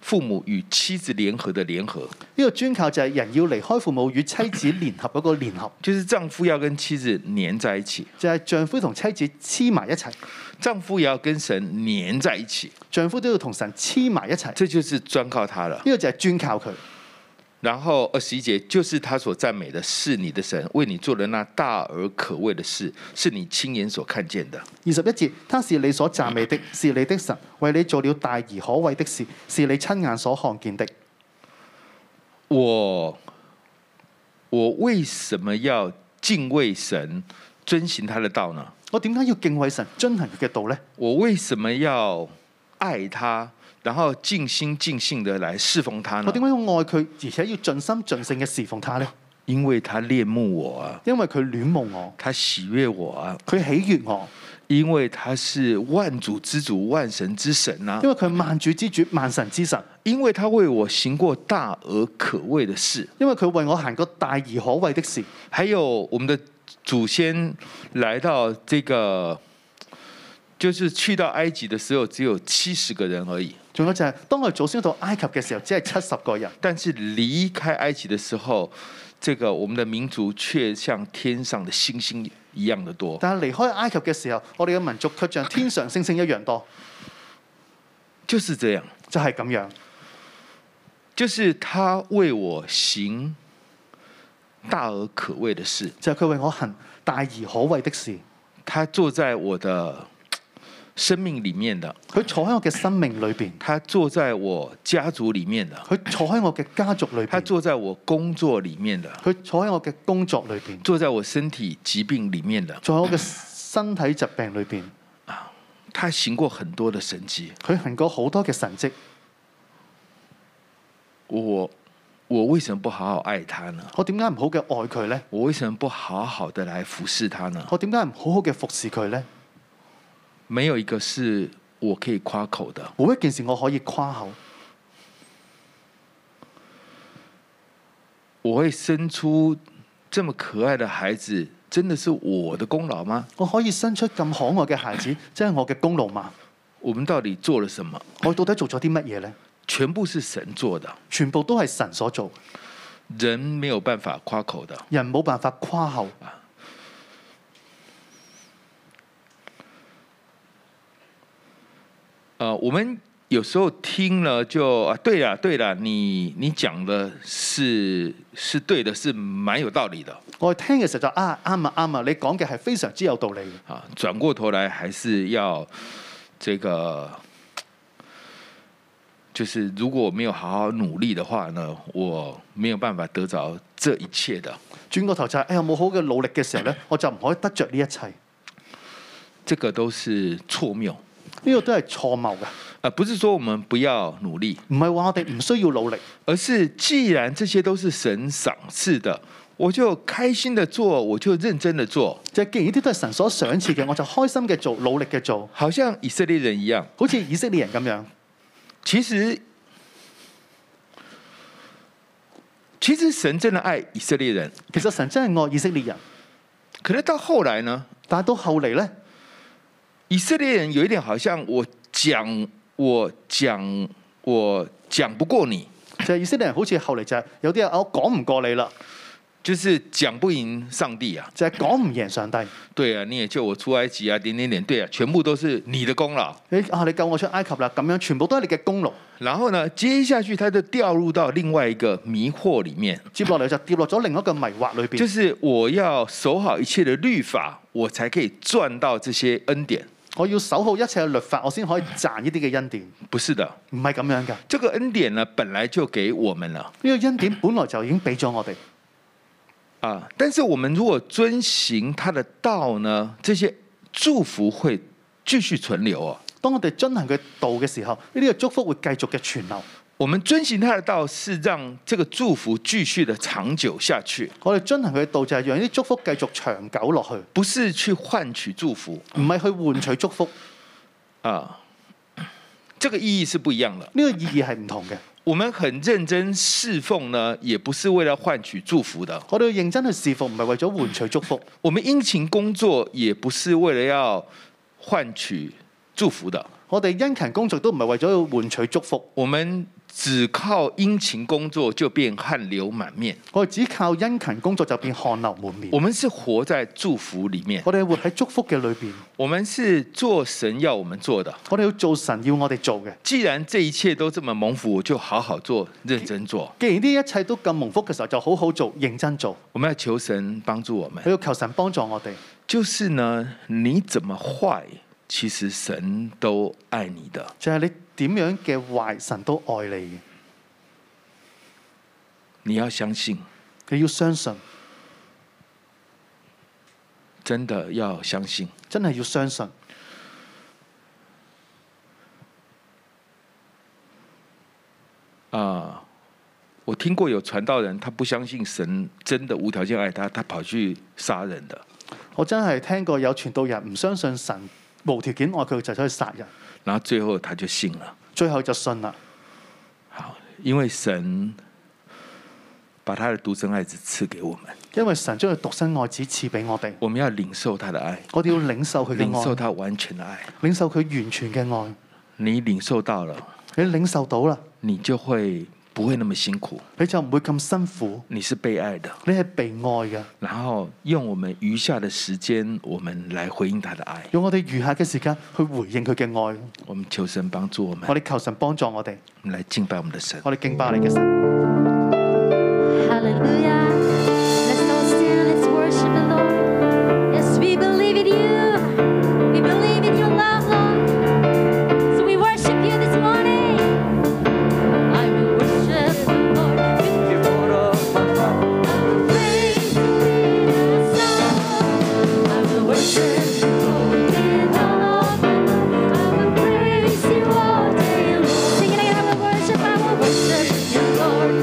父母与妻子联合的联合，
呢個專靠就係人要離開父母與妻子聯合嗰個聯合，
就是丈夫要跟妻子黏在一起，
就係、丈夫同妻子黐埋一齊，
丈夫也要跟神黏在一起，
丈夫都要同神黐埋一齊。呢、
这就是专靠他了。
個就係專靠佢。
然后二十一节，就是他所赞美的是你的神，为你做的那大而可畏的事，是你亲眼所看见的。
二十一節，他是你所讚美的，是你的神，為你做了大而可畏的事，是你親眼所看見的。
我我为什么要敬畏神，遵行他的道呢？
我點解要敬畏神，遵行佢嘅道呢？
我为什么要爱他，然后尽心尽性的来侍奉他
我
呢
點？解要愛佢，而且要盡心盡性嘅侍奉他呢？
因为他恋慕我啊，
因為佢戀慕我，
他喜悦我啊，
佢喜悅我，
因为他是万主之主、万神之神呐、
因為佢萬主之主、萬神之神，
因为他为我行过大而可畏的事。
因為佢為我行過大而可畏的事。
还有我们的祖先来到这个，就是去到埃及的时候，只有七十个人而已。
仲有就係、當我哋祖先到埃及嘅時候，只係七十個人；
但是离开埃及的时候，这个我们的民族却像天上的星星一样的多。
但係離開埃及嘅時候，我哋嘅民族卻像天上星星一樣多，
就是这样，
就係、咁樣。
就是他为我行大而可畏的事，
就係佢為我行大而可畏的事，
他坐在我的生命里面的，
佢坐喺我嘅生命裏邊，
他坐在我家族里面的，
佢坐喺我嘅家族裏
他
邊，
坐在我工作里面的。
佢坐喺我嘅工作裏邊，
坐在我身体疾病里面的，
坐喺我嘅身體疾病裏邊，
他行过很多的神迹。
佢行過好多嘅神蹟。
我我为什么不好好爱他呢？
我點解唔好嘅愛佢呢？
我为什么不好好的来服侍他呢？
我點解唔好好嘅服侍佢呢？
没有一个是我可以夸口的。
冇一件事我可以誇口，
我会生出这么可爱的孩子，真的是我的功劳吗？
我可以生出咁可愛嘅孩子， 即係我嘅功勞嘛。
我们到底做了什么？
我到底做咗啲乜嘢呢？
全部是神做的，
全部都係神所做，
人没有办法夸口的。
人冇辦法誇口。
呃，我们有时候听了就啊，对了对了，你你讲的是是对的，是蛮有道理的
我哋聽嘅時候就啊啱啊啱啊，你講嘅係非常之有道理嘅。
啊。转过头来还是要这个，就是如果我没有好好努力的话呢，我没有办法得着这一切的。
轉個頭就係、哎呀冇好嘅努力嘅時候咧，我就唔可以得着呢一切。呢、
这个都是错谬
個都係錯謬嘅，
啊、呃不是说我们不要努力，
唔係話我哋唔需要努力，
而是既然这些都是神赏赐的，我就开心的做，我就认真的做。
就係既然呢啲都係神所賞賜嘅，我就開心嘅做，努力嘅做，
好像以色列人一样，
好似以色列人咁樣。
其实其实神真的爱以色列人，
其實神真係愛以色列人，
可能到后来呢，
但係到後嚟咧，
以色列人有一点好像我讲我讲我讲不过你，
哦就係、以色列人好似後嚟就係、有啲人啊我講唔過你啦，
就是讲不赢上帝啊，
就係講唔贏上帝。
对啊，你也救我出埃及啊，点点点，对啊，全部都是你的功劳。
你啊，你救我出埃及啦，咁樣全部都係你嘅功勞。
然后呢，接下去他就掉入到另外一个迷惑里面，
接落嚟就跌落咗另一個迷惑裏
就
邊，
是我要守好一切的律法，我才可以赚到这些恩典。
我要守好一切嘅律法，我先可以賺呢啲嘅恩典。
不是的，
唔係咁樣㗎，呢、
这个恩典呢本来就给我们了
個恩典本來就已經俾咗我哋，
啊，但是我们如果遵行他的道呢，这些祝福会继续存留哦。
當我哋遵行佢道嘅時候，呢啲嘅祝福會繼續嘅存留。
我们遵行他的道，是让这个祝福继续的长久下去，
我哋遵行佢嘅道就係讓呢啲祝福繼續長久落去，
不是去换取祝福
唔係去換取祝福。呢、
啊。这个意义是不一样的。
個意義係唔同嘅。
我们很认真侍奉呢，也不是为了换取祝福的。
我哋要認真去侍奉，唔係為咗換取祝福。
我们殷勤工作，也不是为了要换取祝福的。
我哋殷勤工作都唔係為咗要換取祝福。
我们只靠殷勤工作，就变汗流满面。
我哋只靠殷勤工作就變汗流滿面
我。們是活在祝福里面，
我哋活喺祝福嘅裏邊，
我們是做神要我們做的。
我哋要做神要我哋做嘅。
既然这一切都这么蒙福，我就好好做，认真做。
既然呢一切都咁蒙福嘅時候，就好好做，認真做。
我們要求神帮助我们
佢。要求神幫助我哋。
就是呢，你怎么坏，其实神都爱你的。
就係你點樣嘅壞，神都愛你嘅。
你要相信，
你要相信，
真的要相信。
真係要相信。
啊、我听过有传道人，他不相信神真的无条件爱他，他跑去杀人的，
我真係聽過有傳道人唔相信神無條件愛佢，就走去殺人，
然後最後他就信了。
最後就信啦。
好，因为神把他的独生爱子赐给我们，
因為神將佢獨生愛子賜俾我哋，
我们要领受他的爱，
我哋要領受佢嘅
领受
愛，
他完全的爱。
領受佢完全嘅愛。
你领受到了，
你領受到啦，
你就會不會那麼辛苦？
你就唔會咁辛苦，
你是被爱的，
你係被愛嘅。
然後用我們余下的時間，我們來回應他的爱。
用我哋餘下嘅時間去回應佢嘅愛。
我們求神帮助我们，
我哋求神幫助我哋，
我们来敬拜我们的神。
我哋敬拜你嘅神。
Hallelujah. Let's all stand. Let's worship the Lord. Yes, we believe in you. We believe in your love, Lord. So we worship you this morning. I will worship the Lord with your heart. I will praise you with my song. I will worship the Lord with all of my heart. I will praise you all day long. Sing it again. I will worship. I will worship you, Lord.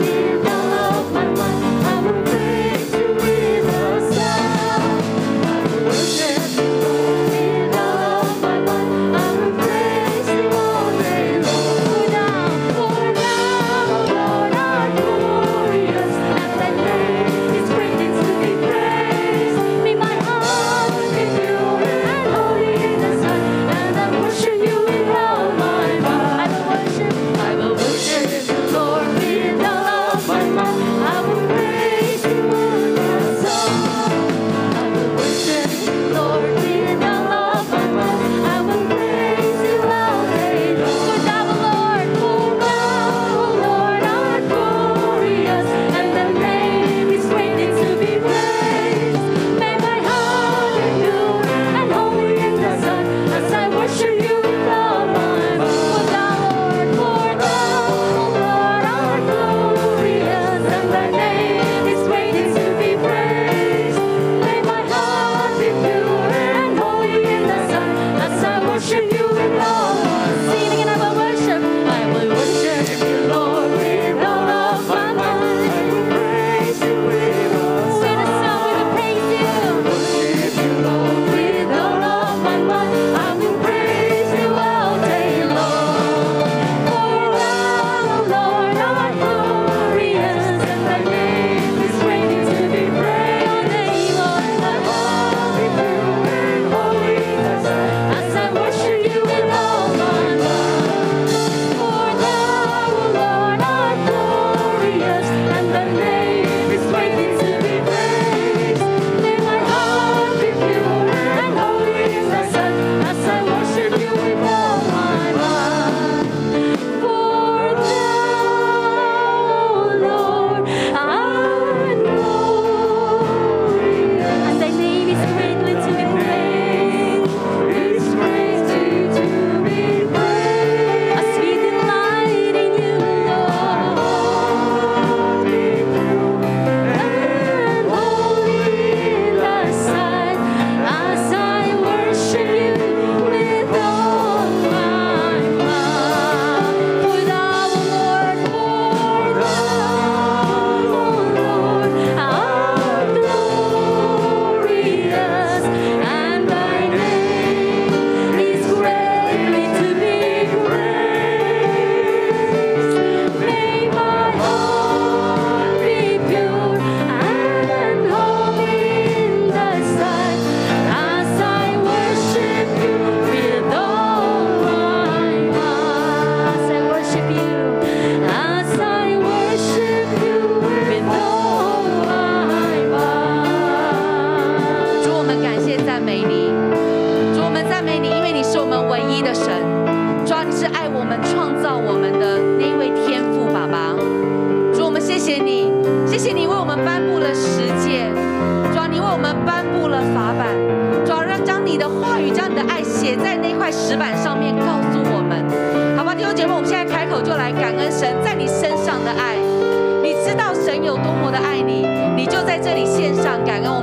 啊啊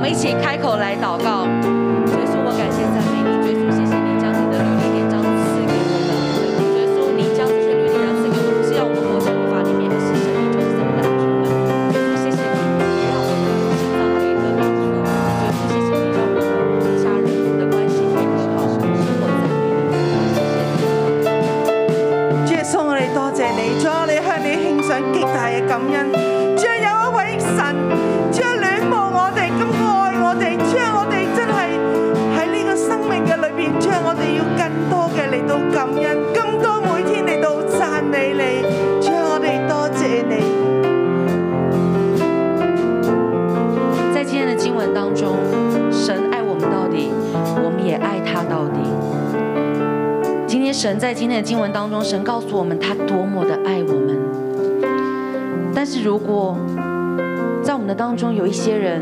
们一起开口来祷告。所以说我感谢赞美你，追溯谢谢你将你的律例典章赐给我们。所以说你将这些律例典章赐给我们，是让我们活在律法里面的是神，你就是这么的主人。谢谢你，也让我们知道你的祝福。所以说谢谢你，让我们家人的关系可以和好，生活在美里。谢谢你。
主耶穌，我哋多謝你，主啊，我哋向你獻上極大嘅感恩。主啊，有一位神，主啊，戀慕我哋，咁愛我哋，主啊，我哋真係喺呢個生命嘅裏邊，主啊，我哋要更多嘅嚟到感恩，更多每天嚟到讚美你，主啊，我哋多謝你。
在今天的经文当中，神爱我们到底，我们也爱他到底。今天神在今天的经文当中，神告诉我们他多么的爱我们。但是如果在我们的当中有一些人，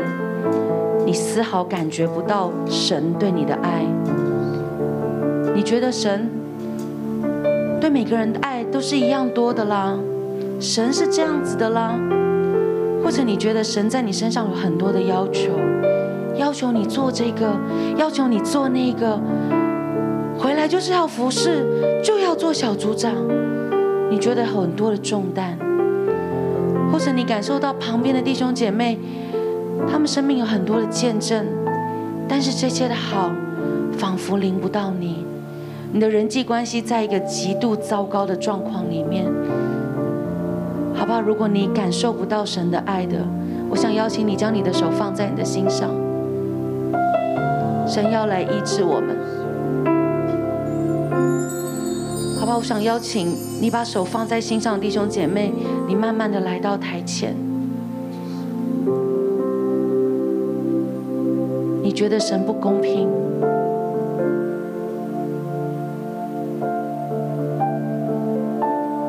你丝毫感觉不到神对你的爱，你觉得神对每个人的爱都是一样多的啦，神是这样子的啦，或者你觉得神在你身上有很多的要求，要求你做这个，要求你做那个，回来就是要服侍，就要做小组长，你觉得很多的重担，或者你感受到旁边的弟兄姐妹，他们生命有很多的见证，但是这些的好，仿佛临不到你，你的人际关系在一个极度糟糕的状况里面。好不好？如果你感受不到神的爱的，我想邀请你将你的手放在你的心上，神要来医治我们，好不好？我想邀请你把手放在心上，弟兄姐妹，你慢慢的来到台前，你觉得神不公平？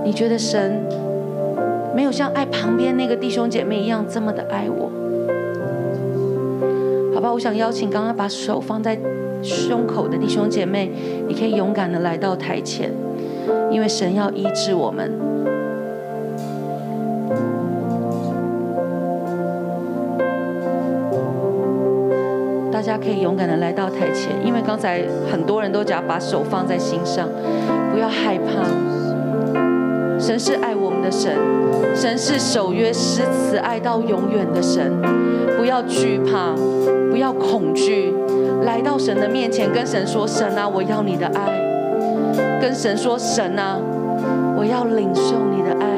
你觉得神没有像爱旁边那个弟兄姐妹一样这么的爱我，好吧？我想邀请刚刚把手放在胸口的弟兄姐妹，你可以勇敢的来到台前，因为神要医治我们。大家可以勇敢的来到台前，因为刚才很多人都讲把手放在心上，不要害怕，神是爱我们的神。神是守约施慈爱到永远的神，不要惧怕，不要恐惧，来到神的面前，跟神说：“神啊，我要你的爱。”跟神说：“神啊，我要领受你的爱。”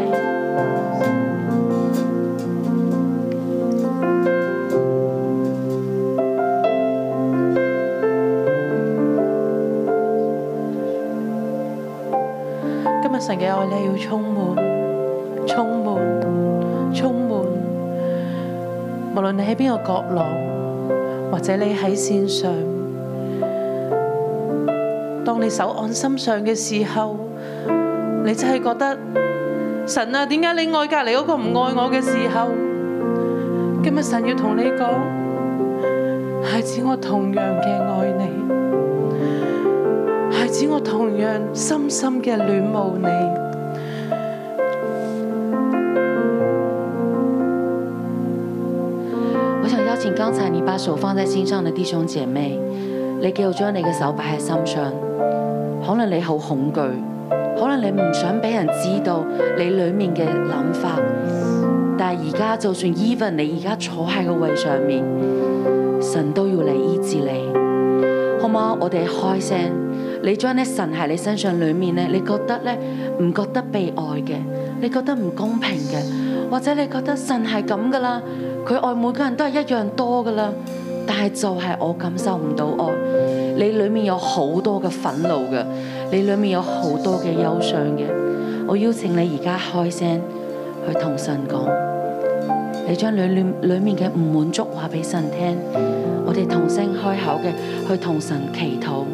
今日神嘅愛咧要充滿、充滿、充滿。無論你喺邊個角落，或者你喺線上，當你手按心上嘅時候，你真係覺得神啊，點解你愛隔離嗰個唔愛我嘅時候，今日神要同你講，孩子，我同樣嘅愛你。孩子，我同樣深深嘅戀慕你。
我想邀請剛才你把手放在心上的弟兄姐妹，你繼續將你嘅手擺喺心上。可能你好恐懼，可能你唔想俾人知道你裡面嘅諗法，但係而家就算 even 你而家坐喺個位上面，神都要嚟醫治你，好唔好？我哋開聲，你將呢神喺你身上裡面咧，你覺得咧唔覺得被愛嘅，你覺得唔公平嘅，或者你覺得神係咁噶啦，佢愛每個人都係一樣多噶啦，但係就係我感受唔到愛。你裡面有好多嘅憤怒嘅，你裡面有好多嘅憂傷嘅。我邀請你而家開聲去同神講，你將裏裏裡面嘅唔滿足話俾神聽。我哋同聲開口嘅去同神祈禱。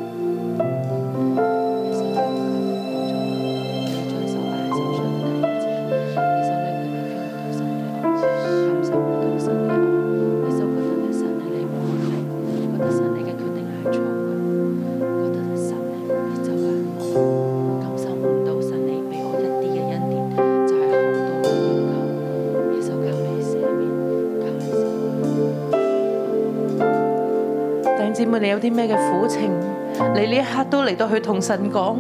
姊妹，你有啲咩嘅苦情，你呢一刻都嚟到去同神講，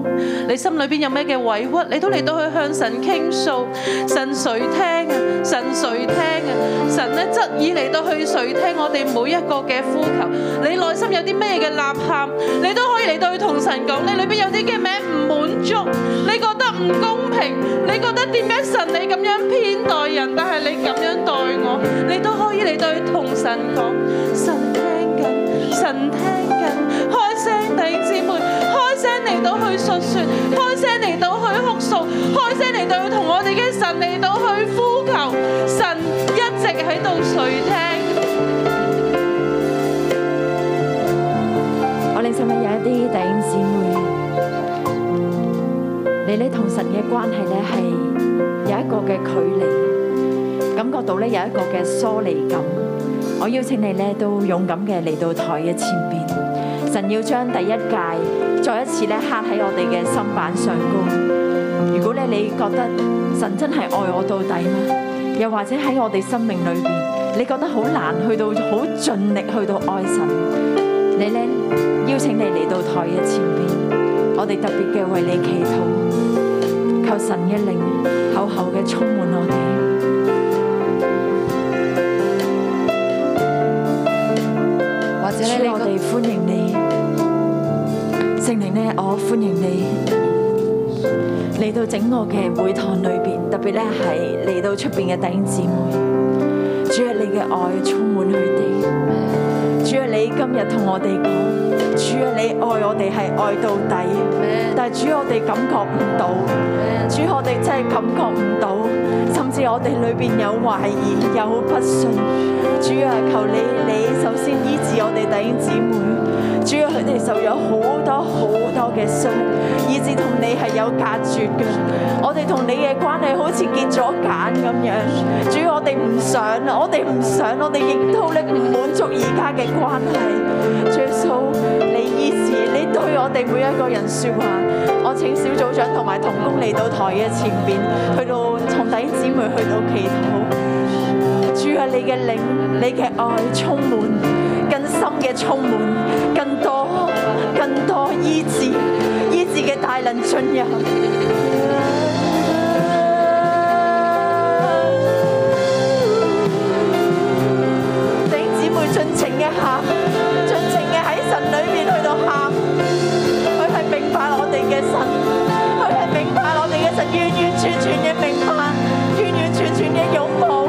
你心裏邊有咩嘅委屈，你都嚟到去向神傾訴，神垂聽啊，神垂聽啊，神咧質疑嚟到去垂聽我哋每一個嘅呼求，你內心有啲咩嘅呐喊，你都可以嚟到去同神講，你裏邊有啲嘅咩唔滿足，你覺得唔公平，你覺得點解神你咁樣偏待人，但係你咁樣待我，你都可以嚟到去同神講，神聽緊。神聽緊，開聲弟兄姊妹，開聲嚟到去述説，開聲嚟到去哭訴，開聲嚟到去同我哋嘅神嚟到去呼求，神一直喺度垂聽。
我哋係咪有一啲弟兄姊妹，你咧同神嘅關係咧係有一個嘅距離，感覺到咧有一個嘅疏離感？我邀請你咧都勇敢嘅嚟到台嘅前邊，神要將第一屆再一次咧刻喺我哋嘅心板上高。如果咧你覺得神真係愛我到底嗎？又或者喺我哋生命裏邊，你覺得好難去到好盡力去到愛神，你咧邀請你嚟到台嘅前邊，我哋特別嘅為你祈禱，求神嘅靈厚厚嘅充滿我哋。
或者
主
咧，
我
你
哋歡迎你，聖靈呢，我歡迎你嚟到整個嘅會堂裏邊，特別咧係嚟到出邊嘅弟兄姊妹，主啊，你嘅愛充滿佢哋，主啊，你今日同我哋講，主啊，你愛我哋係愛到底，但係主我哋感覺唔到，主我哋真係感覺唔到，甚至我哋裏邊有懷疑，有不信。主啊，求你你首先醫治我哋弟兄姊妹。主啊，佢哋受咗好多好多嘅傷，以致同你係有隔絕嘅。我哋同你嘅關係好似結咗繭咁樣。主啊，我哋唔想啊，我哋唔想，我哋亦都咧唔滿足而家嘅關係。主耶穌，你醫治，你對我哋每一個人說話。我請小組長同埋同工嚟到台嘅前邊，去到同弟兄姊妹去到祈禱。主啊，你嘅靈，你嘅愛充滿，更深嘅充滿，更多更多醫治，醫治嘅大能進入。弟兄姊妹盡情嘅喊，盡情嘅喺神裏面去到喊，佢係明白我哋嘅神，佢係明白我哋嘅神，完完全全嘅明白，完完全全嘅擁抱。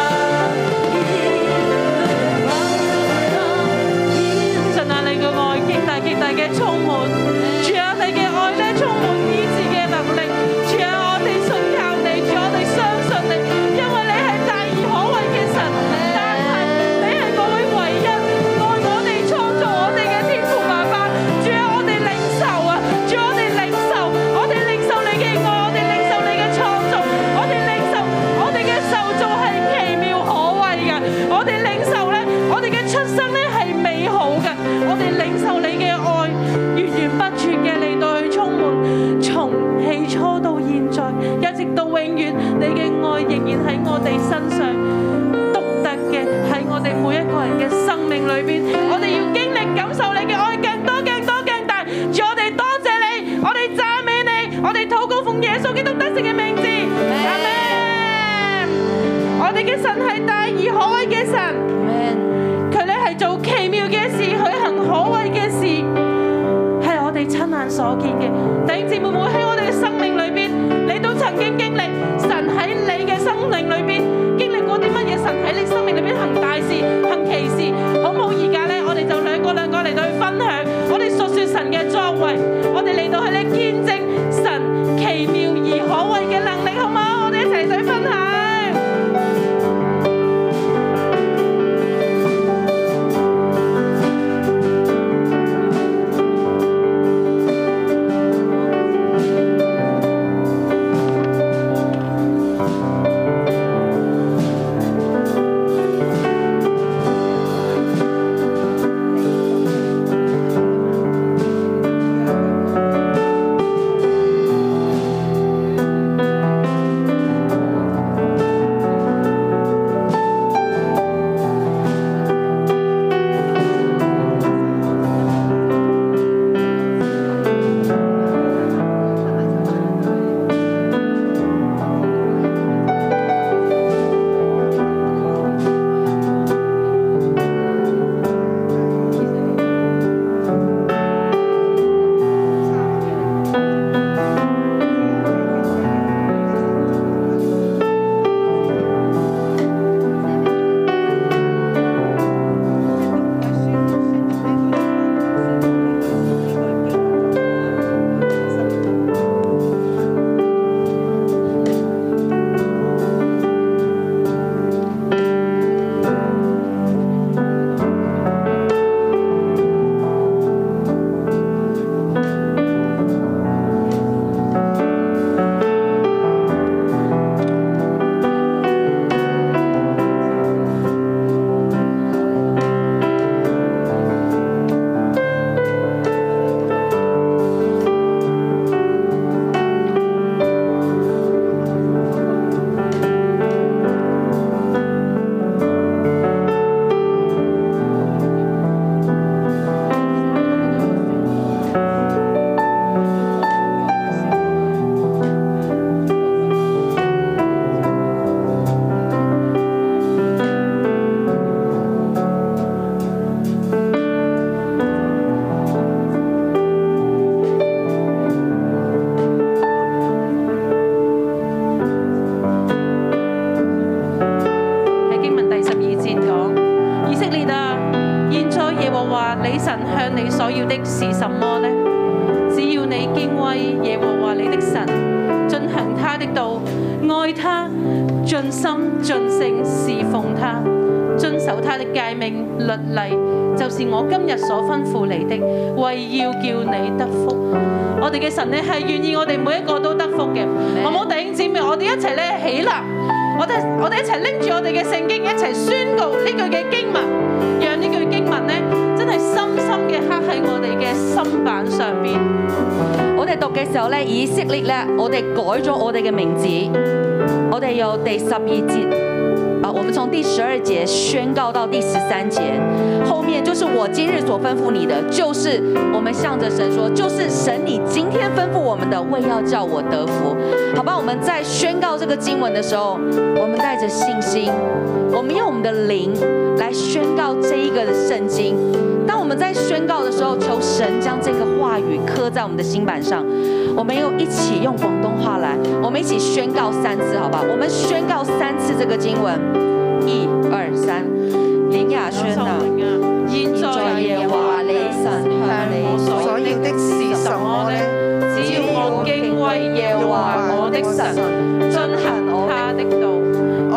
啊啊啊身上獨特嘅，喺我哋每一個人嘅生命裏邊，我哋要經歷感受你嘅愛更多、更多、更大。主，我哋多謝你，我哋讚美你，我哋禱告奉耶穌基督得勝嘅名字，阿門。我哋嘅神係大而可畏嘅神。佢咧係做奇妙嘅事，佢行可畏嘅事，係我哋親眼所見嘅。弟兄姊妹會喺我哋嘅生命裏邊，你都曾經經歷神喺你嘅生命裏邊經歷過啲乜嘢？神喺你生命裏邊行大事、行奇事，好冇？而家咧，我哋就兩個兩個嚟到去分享，我哋述說神嘅作為，我哋嚟到去咧見證神奇妙而可畏嘅能力，好冇？我哋一齊嚟去分享。喺經文第十二節講：以色列啊，現在耶和華你神向你所要的是什麼呢？只要你敬畏耶和華你的神，遵行他的道，愛他，盡心盡性侍奉他，遵守他的誡命律例，就是我今日所吩咐你的，為要叫你得福。我哋嘅神呢，係願意我哋每一個都得福嘅，好冇弟兄姊妹，我哋一齊咧起立。我哋我哋一齊拎住我哋嘅聖經，一齊宣告呢句嘅經文，讓呢句經文咧真係深深嘅刻喺我哋嘅心板上邊。
我哋讀嘅時候咧，以色列咧，我哋改咗我哋嘅名字，我哋由第十二節，啊，我們從第十二節宣告到第十三節，後面就是我今日所吩咐你的，就是我們向着神說，就是神你今天吩咐我們的，為要叫我得福，好吧？我們在宣告這個經文的時候，我們帶着信心，我們用我們的靈來宣告這一個的聖經。當我們在宣告的時候，求神將這個話語刻在我們的心板上。我們又一起用廣東話來，我們一起宣告三次，好吧？我們宣告三次這個經文，一二三，林雅軒啊，
現在耶和華你神向你所要的是什麼呢？只要我敬畏耶和華我的神，遵行他的道，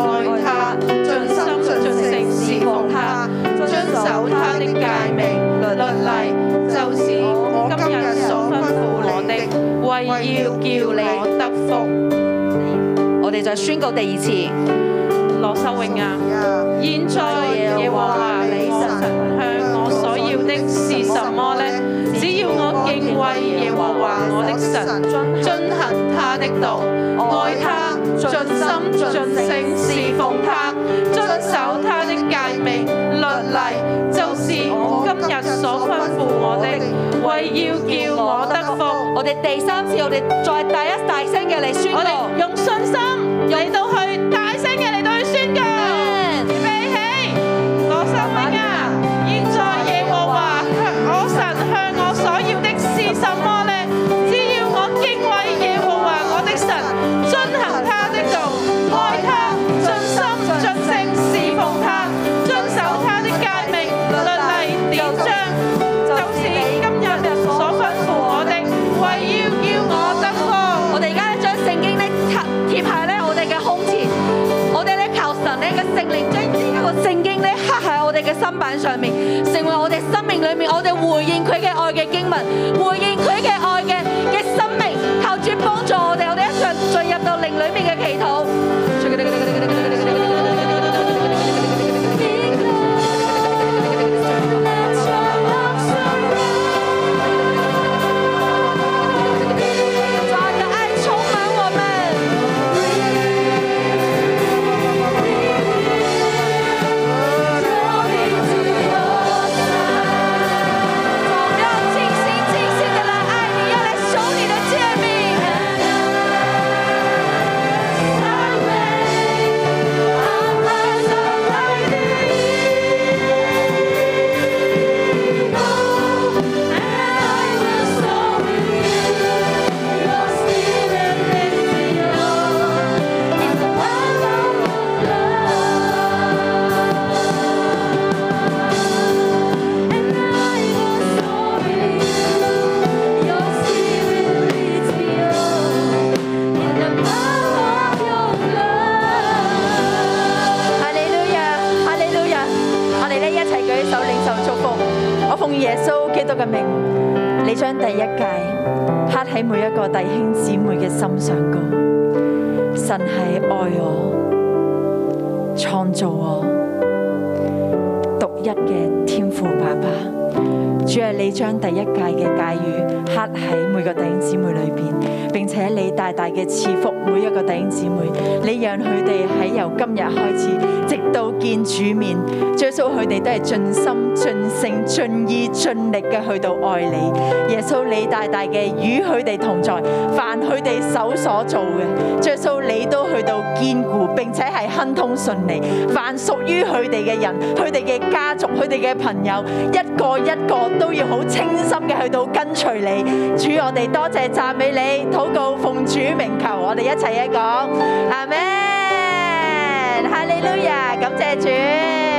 愛他，盡心盡性侍奉他，遵守他的誡命律例，就是我今日所吩咐我的，為要叫你得福。
我哋再宣告第二次。
羅秀榮啊！現在耶和華你神向我所要的是什麼呢？只要我敬畏耶和華我的神，遵行他的道，愛他，盡心盡性侍奉他，貴要叫我得福。
我哋第三次，我哋再第一大聲嘅嚟宣
我
告。
哋用信心嚟到去大聲嘅嚟到去宣告。
Amen
預備起，我生命啊！現在耶和華我神向我所要的是什麼呢？只要我敬畏耶和華我的神，遵行他的道，愛他，盡心盡性侍奉他，遵守他的誡命、律例、典章。就是你今日所吩咐我的，為要叫我得福。
我哋而家將聖經咧貼貼喺咧我哋嘅胸前，我哋咧求神咧嘅聖靈將呢一個聖經咧刻喺我哋嘅心板上面，成為我哋生命裏面我哋回應佢嘅愛嘅經文，回應佢嘅愛嘅嘅生命，求主幫助我哋，我哋一齊進入到靈裏面嘅祈禱。主啊你的愛充滿我們。我要尽心尽心的来爱你，要来守你的诫命。哈利路亞，哈利路亞！我哋咧一齊舉手領受祝福。我奉耶穌基督嘅名，你將第一戒刻喺每一個弟兄姊妹嘅心上高。神係愛我、創造我、獨一嘅天父爸爸。主係你將第一戒嘅戒語刻喺每個弟兄姊妹裏邊，並且你大大嘅賜福每一個弟兄姊妹，你讓佢哋喺由今日開始，直到見主面，耶穌佢哋都係盡心、盡性、盡意、盡力嘅去到愛你。耶穌你大大嘅與佢哋同在，凡佢哋手所做嘅，耶穌你都去到堅固，並且係亨通順利。凡屬於佢哋嘅人，佢哋嘅家族，佢哋嘅朋友，一個一個都要好清心嘅去到跟隨你。主，我哋多謝讚美你，禱告奉主名求，我哋一齊嘅講，阿門，哈利路亞，感謝主。